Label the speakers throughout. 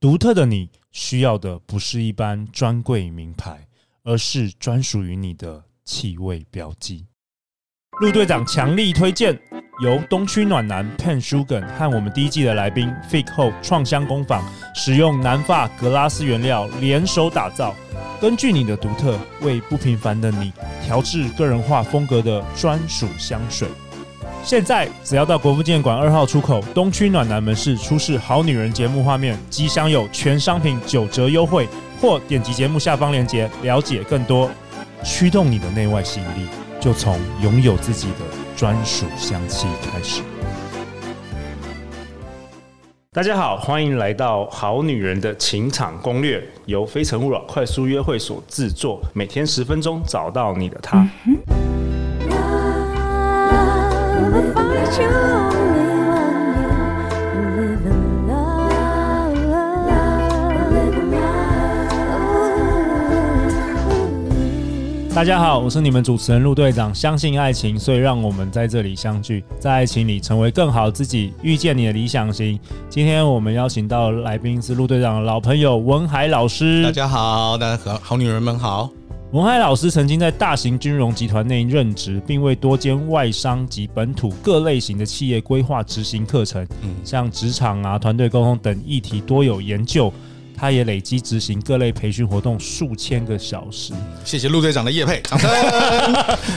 Speaker 1: 独特的你需要的不是一般专柜名牌，而是专属于你的气味标记。陆队长强力推荐由东区暖男 Pen Sugan 和我们第一季的来宾 Fig 后创香工坊使用南法格拉斯原料联手打造，根据你的独特为不平凡的你调制个人化风格的专属香水。现在只要到国父纪念馆二号出口东区暖男门市出示“好女人”节目画面，即享有全商品九折优惠，或点击节目下方链接了解更多。驱动你的内外吸引力，就从拥有自己的专属香气开始。大家好，欢迎来到《好女人的情场攻略》，由非诚勿扰快速约会所制作，每天十分钟，找到你的他。
Speaker 2: Love, I find you only one you live in love, live in love.
Speaker 1: 大家好，我是你们主持人陆队长。相信爱情，所以让我们在这里相聚，在爱情里成为更好自己，遇见你的理想型。今天我们邀请到的来宾是陆队长的老朋友文海老师。
Speaker 3: 大家好，大家好，好女人们好。
Speaker 1: 文海老师曾经在大型金融集团内任职，并为多间外商及本土各类型的企业规划执行课程，
Speaker 3: 嗯
Speaker 1: 像职场啊、团队沟通等议题多有研究。他也累积执行各类培训活动数千个小时。
Speaker 3: 谢谢陆队长的 夜配，掌声。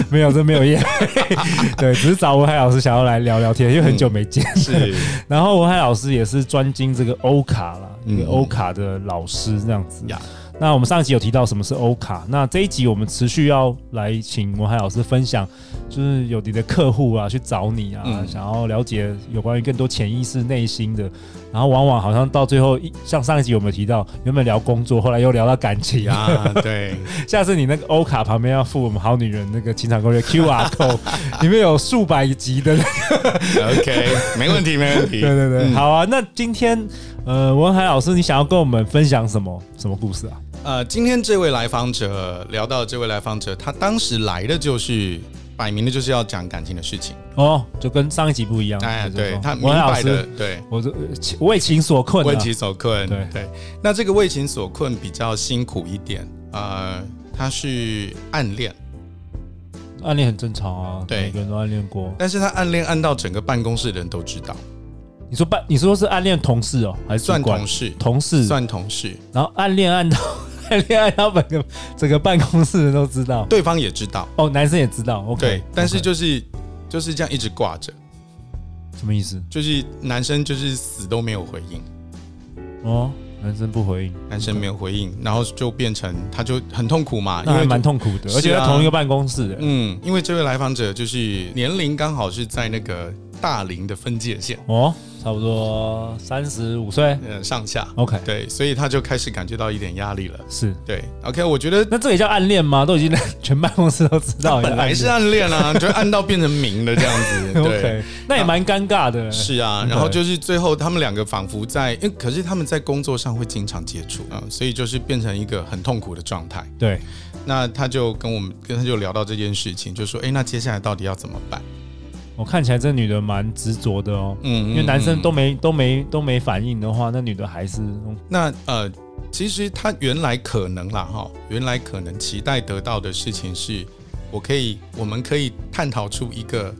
Speaker 1: 没有，这没 有业配， 对，只是找文海老师想要来聊聊天，因为很久没见。
Speaker 3: 是，
Speaker 1: 然后文海老师也是专精这个欧卡啦，一个
Speaker 3: 嗯
Speaker 1: 欧卡的老师这样子。
Speaker 3: 呀
Speaker 1: 那我们上一集有提到什么是欧卡，那这一集我们持续要来请文海老师分享，就是有你的客户啊去找你啊，
Speaker 3: 嗯
Speaker 1: 想要了解有关于更多潜意识、内心的，然后往往好像到最后一，像上一集我们有提到，原本聊工作，后来又聊到感情啊。
Speaker 3: 呀，对，
Speaker 1: 下次你那个欧卡旁边要附我们好女人那个情场攻略 QR code，里面有数百集的
Speaker 3: 嗯 OK，没问题，没问 题。
Speaker 1: 对对对，
Speaker 3: 嗯
Speaker 1: 好啊。那今天呃，文海老师，你想要跟我们分享什么什么故事啊？
Speaker 3: 呃，今天这位来访者聊到这位来访者，他当时来的就是摆明的就是要讲感情的事情。
Speaker 1: 哦，就跟上一集不一样。
Speaker 3: 哎，
Speaker 1: 哦就是
Speaker 3: 对
Speaker 1: 说
Speaker 3: 他明
Speaker 1: 文海老
Speaker 3: 白的
Speaker 1: 师，，
Speaker 3: 对。
Speaker 1: 我这呃情为情所困、啊。
Speaker 3: 为情所困，
Speaker 1: 对
Speaker 3: 对。那这个为情所困比较辛苦一点，呃，他是暗恋，
Speaker 1: 暗恋很正常啊，
Speaker 3: 对
Speaker 1: 每个人都暗恋过。
Speaker 3: 但是他暗恋暗到整个办公室的人都知道，
Speaker 1: 你说办，你说是暗恋同事哦，还是
Speaker 3: 算
Speaker 1: 主管
Speaker 3: 同事，
Speaker 1: 同事？
Speaker 3: 算同事，
Speaker 1: 然后暗恋暗到 暗恋暗到整个整个办公室人都知道。
Speaker 3: 对方也知道。
Speaker 1: 哦，男生也知道。OK，
Speaker 3: 对
Speaker 1: OK，
Speaker 3: 但是就是就是这样一直挂着，
Speaker 1: 什么意思？
Speaker 3: 就是男生就是死都没有回应，
Speaker 1: 哦，男生不回应，
Speaker 3: 男生没有回应，然后就变成他就很痛苦嘛，因
Speaker 1: 嗯那还
Speaker 3: 为
Speaker 1: 蛮
Speaker 3: 就
Speaker 1: 痛苦的，
Speaker 3: 是啊
Speaker 1: 而且在同一个办公室的。
Speaker 3: 嗯，因为这位来访者就是年龄刚好是在那个大龄的分界线，
Speaker 1: 哦，差不多三十五岁。
Speaker 3: 呃，上下，
Speaker 1: OK，
Speaker 3: 对，所以他就开始感觉到一点压力了。
Speaker 1: 是。
Speaker 3: 对，OK，我觉得
Speaker 1: 那这也叫暗恋吗？都已经 全办公室都知道
Speaker 3: 他
Speaker 1: 你的暗
Speaker 3: 本
Speaker 1: 恋，
Speaker 3: 来是暗恋啊，就暗到变成明了这样 子，对。
Speaker 1: OK，那也蛮尴尬的。
Speaker 3: 是啊，然后就是最后他们两个仿佛在，因为可是他们在工作上会经常接触啊、
Speaker 1: 嗯
Speaker 3: 所以就是变成一个很痛苦的状态。
Speaker 1: 对，
Speaker 3: 那他就跟我们跟他就聊到这件事情，就说：“哎，那接下来到底要怎么办
Speaker 1: 我看起来这女的蛮执着的哦？”。
Speaker 3: 嗯
Speaker 1: 因为男生
Speaker 3: 嗯
Speaker 1: 都没都没都没反应的话，那女的还是
Speaker 3: 那呃，其实他原来可能呃啦哈，原来可能期待得到的事情是，我可以我们可以探讨出一个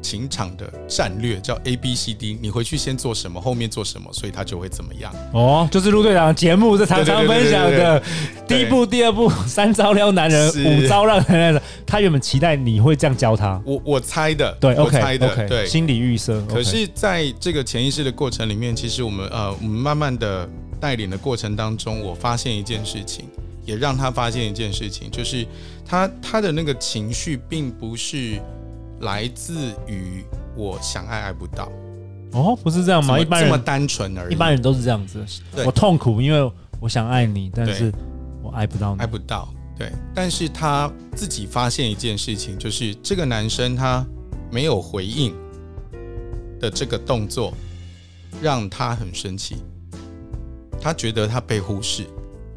Speaker 3: 情场的战略，叫 A B C D，你回去先做什么，后面做什么，所以他就会怎么样。
Speaker 1: 哦，就是陆队长节目这常常
Speaker 3: 对对
Speaker 1: 分
Speaker 3: 对对
Speaker 1: 享的第
Speaker 3: 对
Speaker 1: 一步、第二步，三招撩男人，
Speaker 3: 是
Speaker 1: 五招让男人。他原本期待你会这样教他，
Speaker 3: 我我猜的，
Speaker 1: 对
Speaker 3: 我猜
Speaker 1: ，OK
Speaker 3: 的
Speaker 1: OK，
Speaker 3: 对。
Speaker 1: 心理预设。
Speaker 3: 可
Speaker 1: OK
Speaker 3: 是，在这个潜意识的过程里面，其实我们呃，我们慢慢的带领的过程当中，我发现一件事情，也让他发现一件事情，就是他他的那个情绪并不是来自于我想爱爱不到，
Speaker 1: 哦，不是这样
Speaker 3: 这么
Speaker 1: 吗？一般
Speaker 3: 这么
Speaker 1: 人
Speaker 3: 单纯而已，
Speaker 1: 一般人都是这样子。
Speaker 3: 对
Speaker 1: 我痛苦，因为我想爱你，但
Speaker 3: 对
Speaker 1: 是我爱不到你
Speaker 3: 爱。不到。对，但是他自己发现一件事情，就是这个男生他没有回应的这个动作，让他很生气。他觉得他被忽视，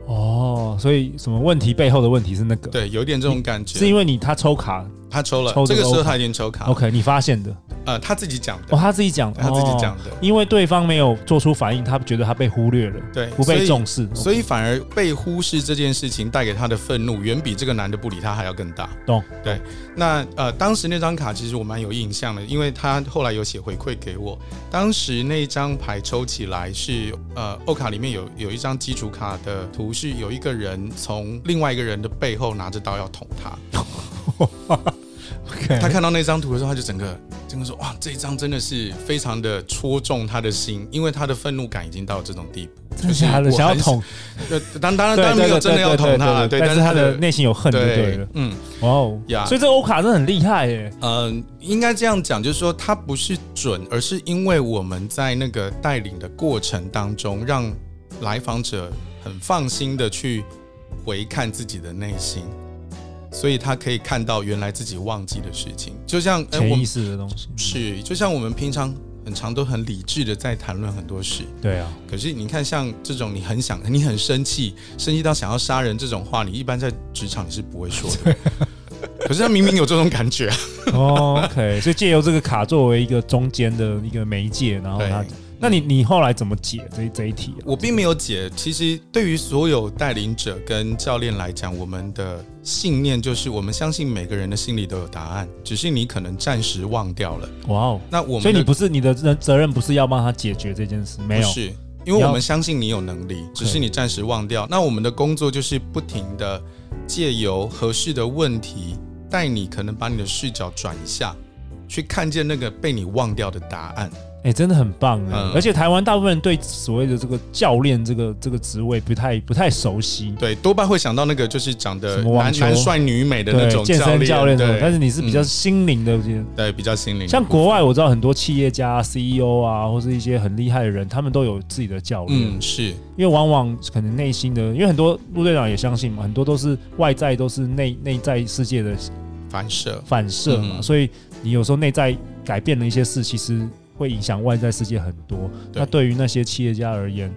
Speaker 1: 哦，所以什么问题背后的问题是那个，，
Speaker 3: 对，有点这种感觉。
Speaker 1: 是因为你他抽卡
Speaker 3: 他抽了，
Speaker 1: 抽这
Speaker 3: 这
Speaker 1: 个
Speaker 3: 个时候
Speaker 1: OK
Speaker 3: 他已经抽卡了。
Speaker 1: ，OK，你发现的，
Speaker 3: 呃，他自己讲的，
Speaker 1: 哦，他自己讲的，
Speaker 3: 他自己
Speaker 1: 哦
Speaker 3: 讲的，
Speaker 1: 因为对方没有做出反应，他觉得他被忽略了，
Speaker 3: 对，
Speaker 1: 不
Speaker 3: 所
Speaker 1: 被
Speaker 3: 以
Speaker 1: 重视，
Speaker 3: 所以反而被忽视这件事情带给他的愤怒，远比这个男的不理他还要更大。
Speaker 1: 懂？
Speaker 3: 对，那呃，当时那张卡其实我蛮有印象的，因为他后来有写回馈给我。当时那张牌抽起来是呃，欧卡里面有有一张基础卡的图，是有一个人从另外一个人的背后拿着刀要捅他。
Speaker 1: OK
Speaker 3: 他看到那张图的时候，他就整个整个说：“哇，这一张真的是非常的戳中他的心，因为他的愤怒感已经到这种地步。”
Speaker 1: 真的假的？
Speaker 3: 就是我
Speaker 1: 想要
Speaker 3: 很
Speaker 1: 捅，
Speaker 3: 对，当当然
Speaker 1: 对
Speaker 3: 当然没
Speaker 1: 对对
Speaker 3: 有真的要
Speaker 1: 对对
Speaker 3: 捅他了，
Speaker 1: 对
Speaker 3: 对，
Speaker 1: 但
Speaker 3: 但
Speaker 1: 是他
Speaker 3: 的
Speaker 1: 的内心有恨就对了。
Speaker 3: 嗯
Speaker 1: 哇哦
Speaker 3: 呀，
Speaker 1: 所以这欧卡真的很厉害耶。
Speaker 3: 嗯，应该这样讲，就是说他不是准，而是因为我们在那个带领的过程当中，让来访者很放心的去回看自己的内心，所以他可以看到原来自己忘记的事情，就像哎、
Speaker 1: 潜
Speaker 3: 我
Speaker 1: 意
Speaker 3: 们
Speaker 1: 识的东西，
Speaker 3: 是就像我们平常很常都很理智的在谈论很多事，
Speaker 1: 对啊，
Speaker 3: 可是你看，像这种你很想、你很生气、生气到想要杀人这种话，你一般在职场你是不会说 的。可是他明明有这种感觉啊。
Speaker 1: 哦 OK，所以借由这个卡作为一个中间的一个媒介，然后
Speaker 3: 对
Speaker 1: 他，那你你后来怎么解这这一题啊？
Speaker 3: 我并没有解。其实对于所有带领者跟教练来讲，我们的信念就是我们相信每个人的心里都有答案，只是你可能暂时忘掉了。
Speaker 1: 哇哦，
Speaker 3: 那我们
Speaker 1: 所以
Speaker 3: 的
Speaker 1: 你不是你的责责任不是要帮他解决这件事，没有
Speaker 3: 不是，因为我们相信你有能力，只是你暂时忘掉。那我们的工作就是不停的借由合适的问题，带你可能把你的视角转一下，去看见那个被你忘掉的答案。
Speaker 1: 哎、真的很棒哎、
Speaker 3: 嗯
Speaker 1: 而且台湾大部分人对所谓的这个教练这个这个职位不太不太熟悉，
Speaker 3: 对，多半会想到那个就是长
Speaker 1: 什
Speaker 3: 得
Speaker 1: 么网
Speaker 3: 男
Speaker 1: 球
Speaker 3: 男帅女美的那
Speaker 1: 对
Speaker 3: 种
Speaker 1: 健
Speaker 3: 教
Speaker 1: 身
Speaker 3: 练，
Speaker 1: 教练什么，
Speaker 3: 对，嗯
Speaker 1: 但是你是比较心灵的，我觉得
Speaker 3: 对比较心灵的部分，
Speaker 1: 像国外我知道很多企业家、CEO 啊，或是一些很厉害的人，他们都有自己的教练，
Speaker 3: 嗯是
Speaker 1: 因为往往可能内心的，因为很多陆队长也相信嘛，很多都是外在都是内内在世界的
Speaker 3: 反射，
Speaker 1: 反射嘛，
Speaker 3: 嗯
Speaker 1: 所以你有时候内在改变了一些事，其实会影响外在世界很多。
Speaker 3: 对
Speaker 1: 那对于那些企业家而言，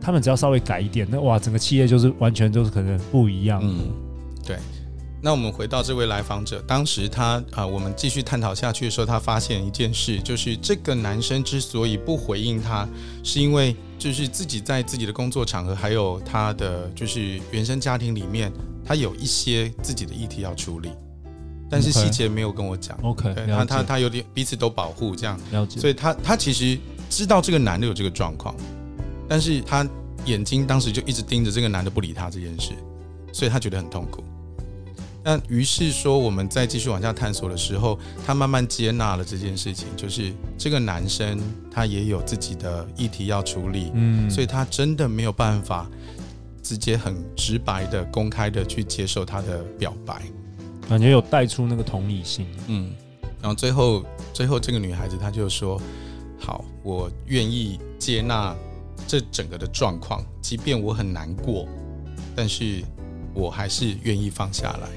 Speaker 1: 他们只要稍微改一点，那哇，整个企业就是完全就是可能不一样。
Speaker 3: 嗯，对。那我们回到这位来访者，当时他啊、我们继续探讨下去的时候，他发现一件事，就是这个男生之所以不回应他，是因为就是自己在自己的工作场合，还有他的就是原生家庭里面，他有一些自己的议题要处理，但是
Speaker 1: OK
Speaker 3: 细节没有跟我讲。
Speaker 1: OK，
Speaker 3: 对他，
Speaker 1: 了解
Speaker 3: 他他有点彼此都保护这样，
Speaker 1: 了解。
Speaker 3: 所以他他其实知道这个男的有这个状况，但是他眼睛当时就一直盯着这个男的不理他这件事，所以他觉得很痛苦。那于是说，我们在继续往下探索的时候，他慢慢接纳了这件事情，就是这个男生他也有自己的议题要处理，
Speaker 1: 嗯
Speaker 3: 所以他真的没有办法直接很直白的、公开的去接受他的表白。
Speaker 1: 感觉有带出那个同理心。
Speaker 3: 嗯，然后最后最后这个女孩子她就说：“好，我愿意接纳这整个的状况，即便我很难过，但是我还是愿意放下来。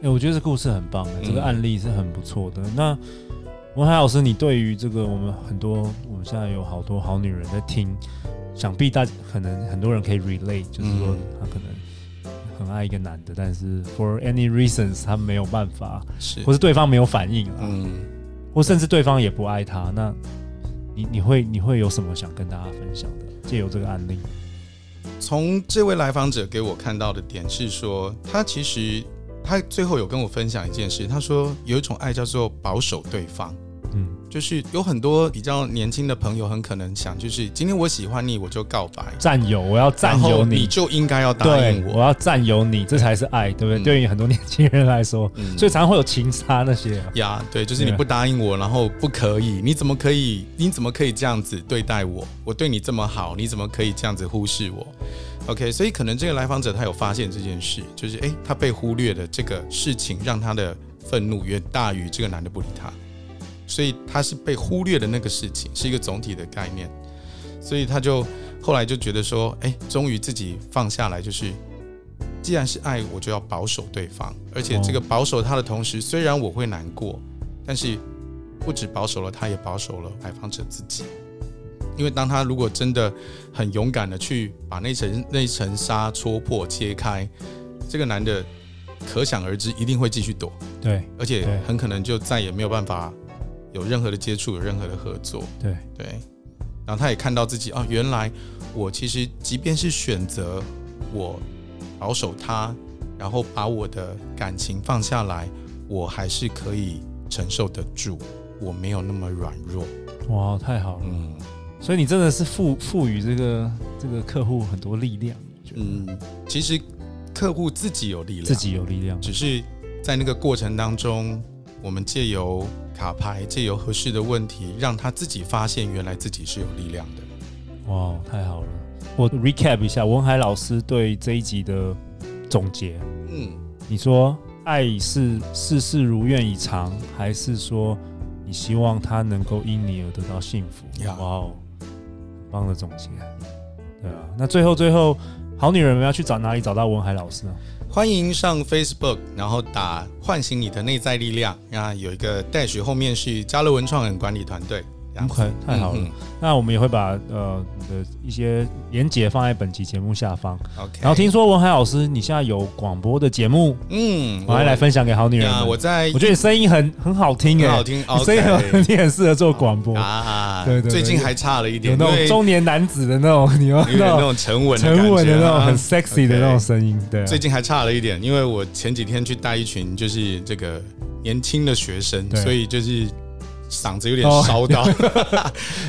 Speaker 1: 哎、我觉得这故事很棒，欸这个
Speaker 3: 嗯
Speaker 1: 案例是很不错的。那文海老师，你对于这个我们很多，我们现在有好多好女人在听，想必大可能很多人可以 relate，就是说
Speaker 3: 嗯
Speaker 1: 她可能很爱一个男的，但是 for any reasons 她没有办法，”
Speaker 3: 是
Speaker 1: 或，是对方没有反应啊，
Speaker 3: 嗯，
Speaker 1: 或甚至对方也不爱她，那你你会你会有什么想跟大家分享的？借由这个案例，
Speaker 3: 从这位来访者给我看到的点是说，他其实他最后有跟我分享一件事，他说有一种爱叫做保守对方。
Speaker 1: 嗯，
Speaker 3: 就是有很多比较年轻的朋友，很可能想，就是今天我喜欢你，我就告白，
Speaker 1: 占有，我要
Speaker 3: 然
Speaker 1: 占
Speaker 3: 后
Speaker 1: 有
Speaker 3: 你
Speaker 1: 你。
Speaker 3: 就应该要答
Speaker 1: 对
Speaker 3: 应，
Speaker 1: 我
Speaker 3: 我。
Speaker 1: 要占有你，这才是爱，对不对？
Speaker 3: 嗯
Speaker 1: 对于很多年轻人来说，
Speaker 3: 嗯
Speaker 1: 所以常常会有情杀那些、啊。
Speaker 3: 呀对，就是你
Speaker 1: 对
Speaker 3: 不答应我，然后不可以，你怎么可以？你怎么可以这样子对待我？我对你这么好，你怎么可以这样子忽视我？OK，所以可能这个来访者他有发现这件事，就是诶，他被忽略的这个事情，让他的愤怒远大于这个男的不理他，所以他是被忽略的那个事情，是一个总体的概念，所以他就后来就觉得说，诶，终于自己放下来，就是既然是爱，我就要保守对方，而且这个保守他的同时，虽然我会难过，但是不止保守了他，也保守了来访者自己。因为当他如果真的很勇敢的去把那层那层纱戳破揭开，这个男的可想而知一定会继续躲，
Speaker 1: 对，
Speaker 3: 而且
Speaker 1: 对
Speaker 3: 很可能就再也没有办法有任何的接触，有任何的合作。
Speaker 1: 对
Speaker 3: 对，然后他也看到自己啊，原来我其实即便是选择我保守他，然后把我的感情放下来，我还是可以承受得住，我没有那么软弱。
Speaker 1: 哇，太好了！
Speaker 3: 嗯
Speaker 1: 所以你真的是赋赋予这个这个客户很多力量，我觉得
Speaker 3: 嗯，其实客户自己有力量，
Speaker 1: 自己有力量。
Speaker 3: 只是在那个过程当中，我们借由卡牌，借由合适的问题，让他自己发现原来自己是有力量的。
Speaker 1: 哇，太好了！我 recap 一下文海老师对这一集的总结。
Speaker 3: 嗯，
Speaker 1: 你说爱是事事如愿以偿，还是说你希望他能够因你而得到幸福？
Speaker 3: 呀
Speaker 1: 哇哦，很棒的总结，对啊。那最后最后，好女人们要去找哪里找到文海老师呢？
Speaker 3: 欢迎上 Facebook，然后打“唤醒你的内在力量”，那有一个 dash 后面是嘉乐文创人管理团队。这样子
Speaker 1: OK，太好了
Speaker 3: 嗯
Speaker 1: 那我们也会把呃你的一些连结放在本期节目下方。
Speaker 3: 嗯 OK，
Speaker 1: 然后听，说文海老师你现在有广播的节目，
Speaker 3: 嗯，
Speaker 1: 我还来分享给好女人
Speaker 3: 呀
Speaker 1: 们。
Speaker 3: 我在，
Speaker 1: 我觉得你声音很很好听
Speaker 3: 很
Speaker 1: 哎
Speaker 3: 好，听
Speaker 1: 你声音很，你很适合做广播，
Speaker 3: 啊，
Speaker 1: 对对对
Speaker 3: 最近还差了一
Speaker 1: 有
Speaker 3: 点，
Speaker 1: 那种中年男子的那种，你要
Speaker 3: 因为有点那种沉稳的感觉，
Speaker 1: 沉稳的那种
Speaker 3: 啊
Speaker 1: 很 sexy 的
Speaker 3: OK
Speaker 1: 那种声音，对啊，
Speaker 3: 最近还差了一点，因为我前几天去带一群就是这个年轻的学生，
Speaker 1: 对
Speaker 3: 所以就是嗓子有点
Speaker 1: 哦
Speaker 3: 烧到。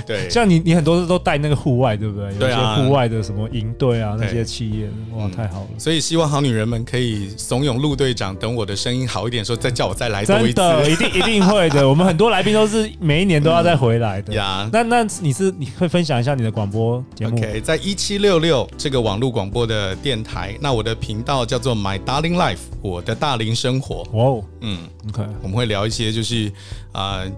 Speaker 3: 对，
Speaker 1: 像你，你很多都带那个户外，对不对？有一
Speaker 3: 对
Speaker 1: 些
Speaker 3: 啊
Speaker 1: 户外的什么营队啊，
Speaker 3: 对
Speaker 1: 那些企业，哇，
Speaker 3: 嗯
Speaker 1: 太好了。
Speaker 3: 所以希望好女人们可以怂恿陆队长，等我的声音好一点的时候，再叫我再来多一
Speaker 1: 真
Speaker 3: 次。
Speaker 1: 的，一定一定会的。我们很多来宾都是每一年都要再回来的。
Speaker 3: 呀
Speaker 1: 那那你是你会分享一下你的广播节目
Speaker 3: ，OK，在一七六六这个网络广播的电台，那我的频道叫做 My Darling Life，我的大龄生活。
Speaker 1: 哇哦
Speaker 3: 嗯，
Speaker 1: ，OK，
Speaker 3: 我们会聊一些就是啊、呃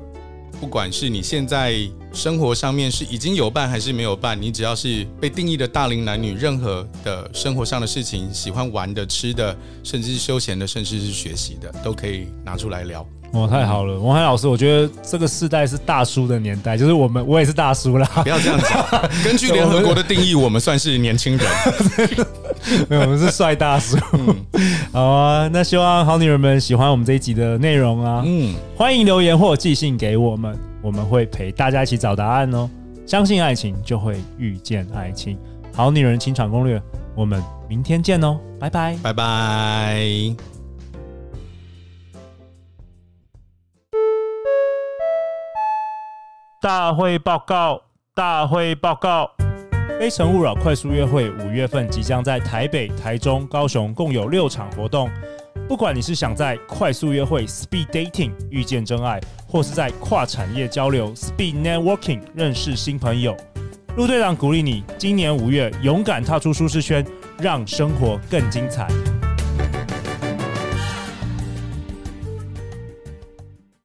Speaker 3: 不管是你现在生活上面是已经有伴还是没有伴，你只要是被定义的大龄男女，任何的生活上的事情，喜欢玩的、吃的，甚至是休闲的，甚至是学习的，都可以拿出来聊。
Speaker 1: 哇，太好了，王涵老师，我觉得这个世代是大叔的年代，就是我们我也是大叔啦，
Speaker 3: 不要这样讲，根据联合国的定义，我们算是年轻人。
Speaker 1: 没有我们是帅大叔。
Speaker 3: 嗯
Speaker 1: 好啊，那希望好女人们喜欢我们这一集的内容啊。
Speaker 3: 嗯，
Speaker 1: 欢迎留言或寄信给我们，我们会陪大家一起找答案哦。相信爱情，就会遇见爱情。好女人情场攻略，我们明天见哦，拜拜。
Speaker 3: 拜拜。
Speaker 1: 大会报告，大会报告。《非诚勿扰》快速约会五月份即将在台北、台中、高雄共有六场活动。不管你是想在快速约会 （Speed Dating） 遇见真爱，或是在跨产业交流 （Speed Networking） 认识新朋友，陆队长鼓励你今年五月勇敢踏出舒适圈，让生活更精彩。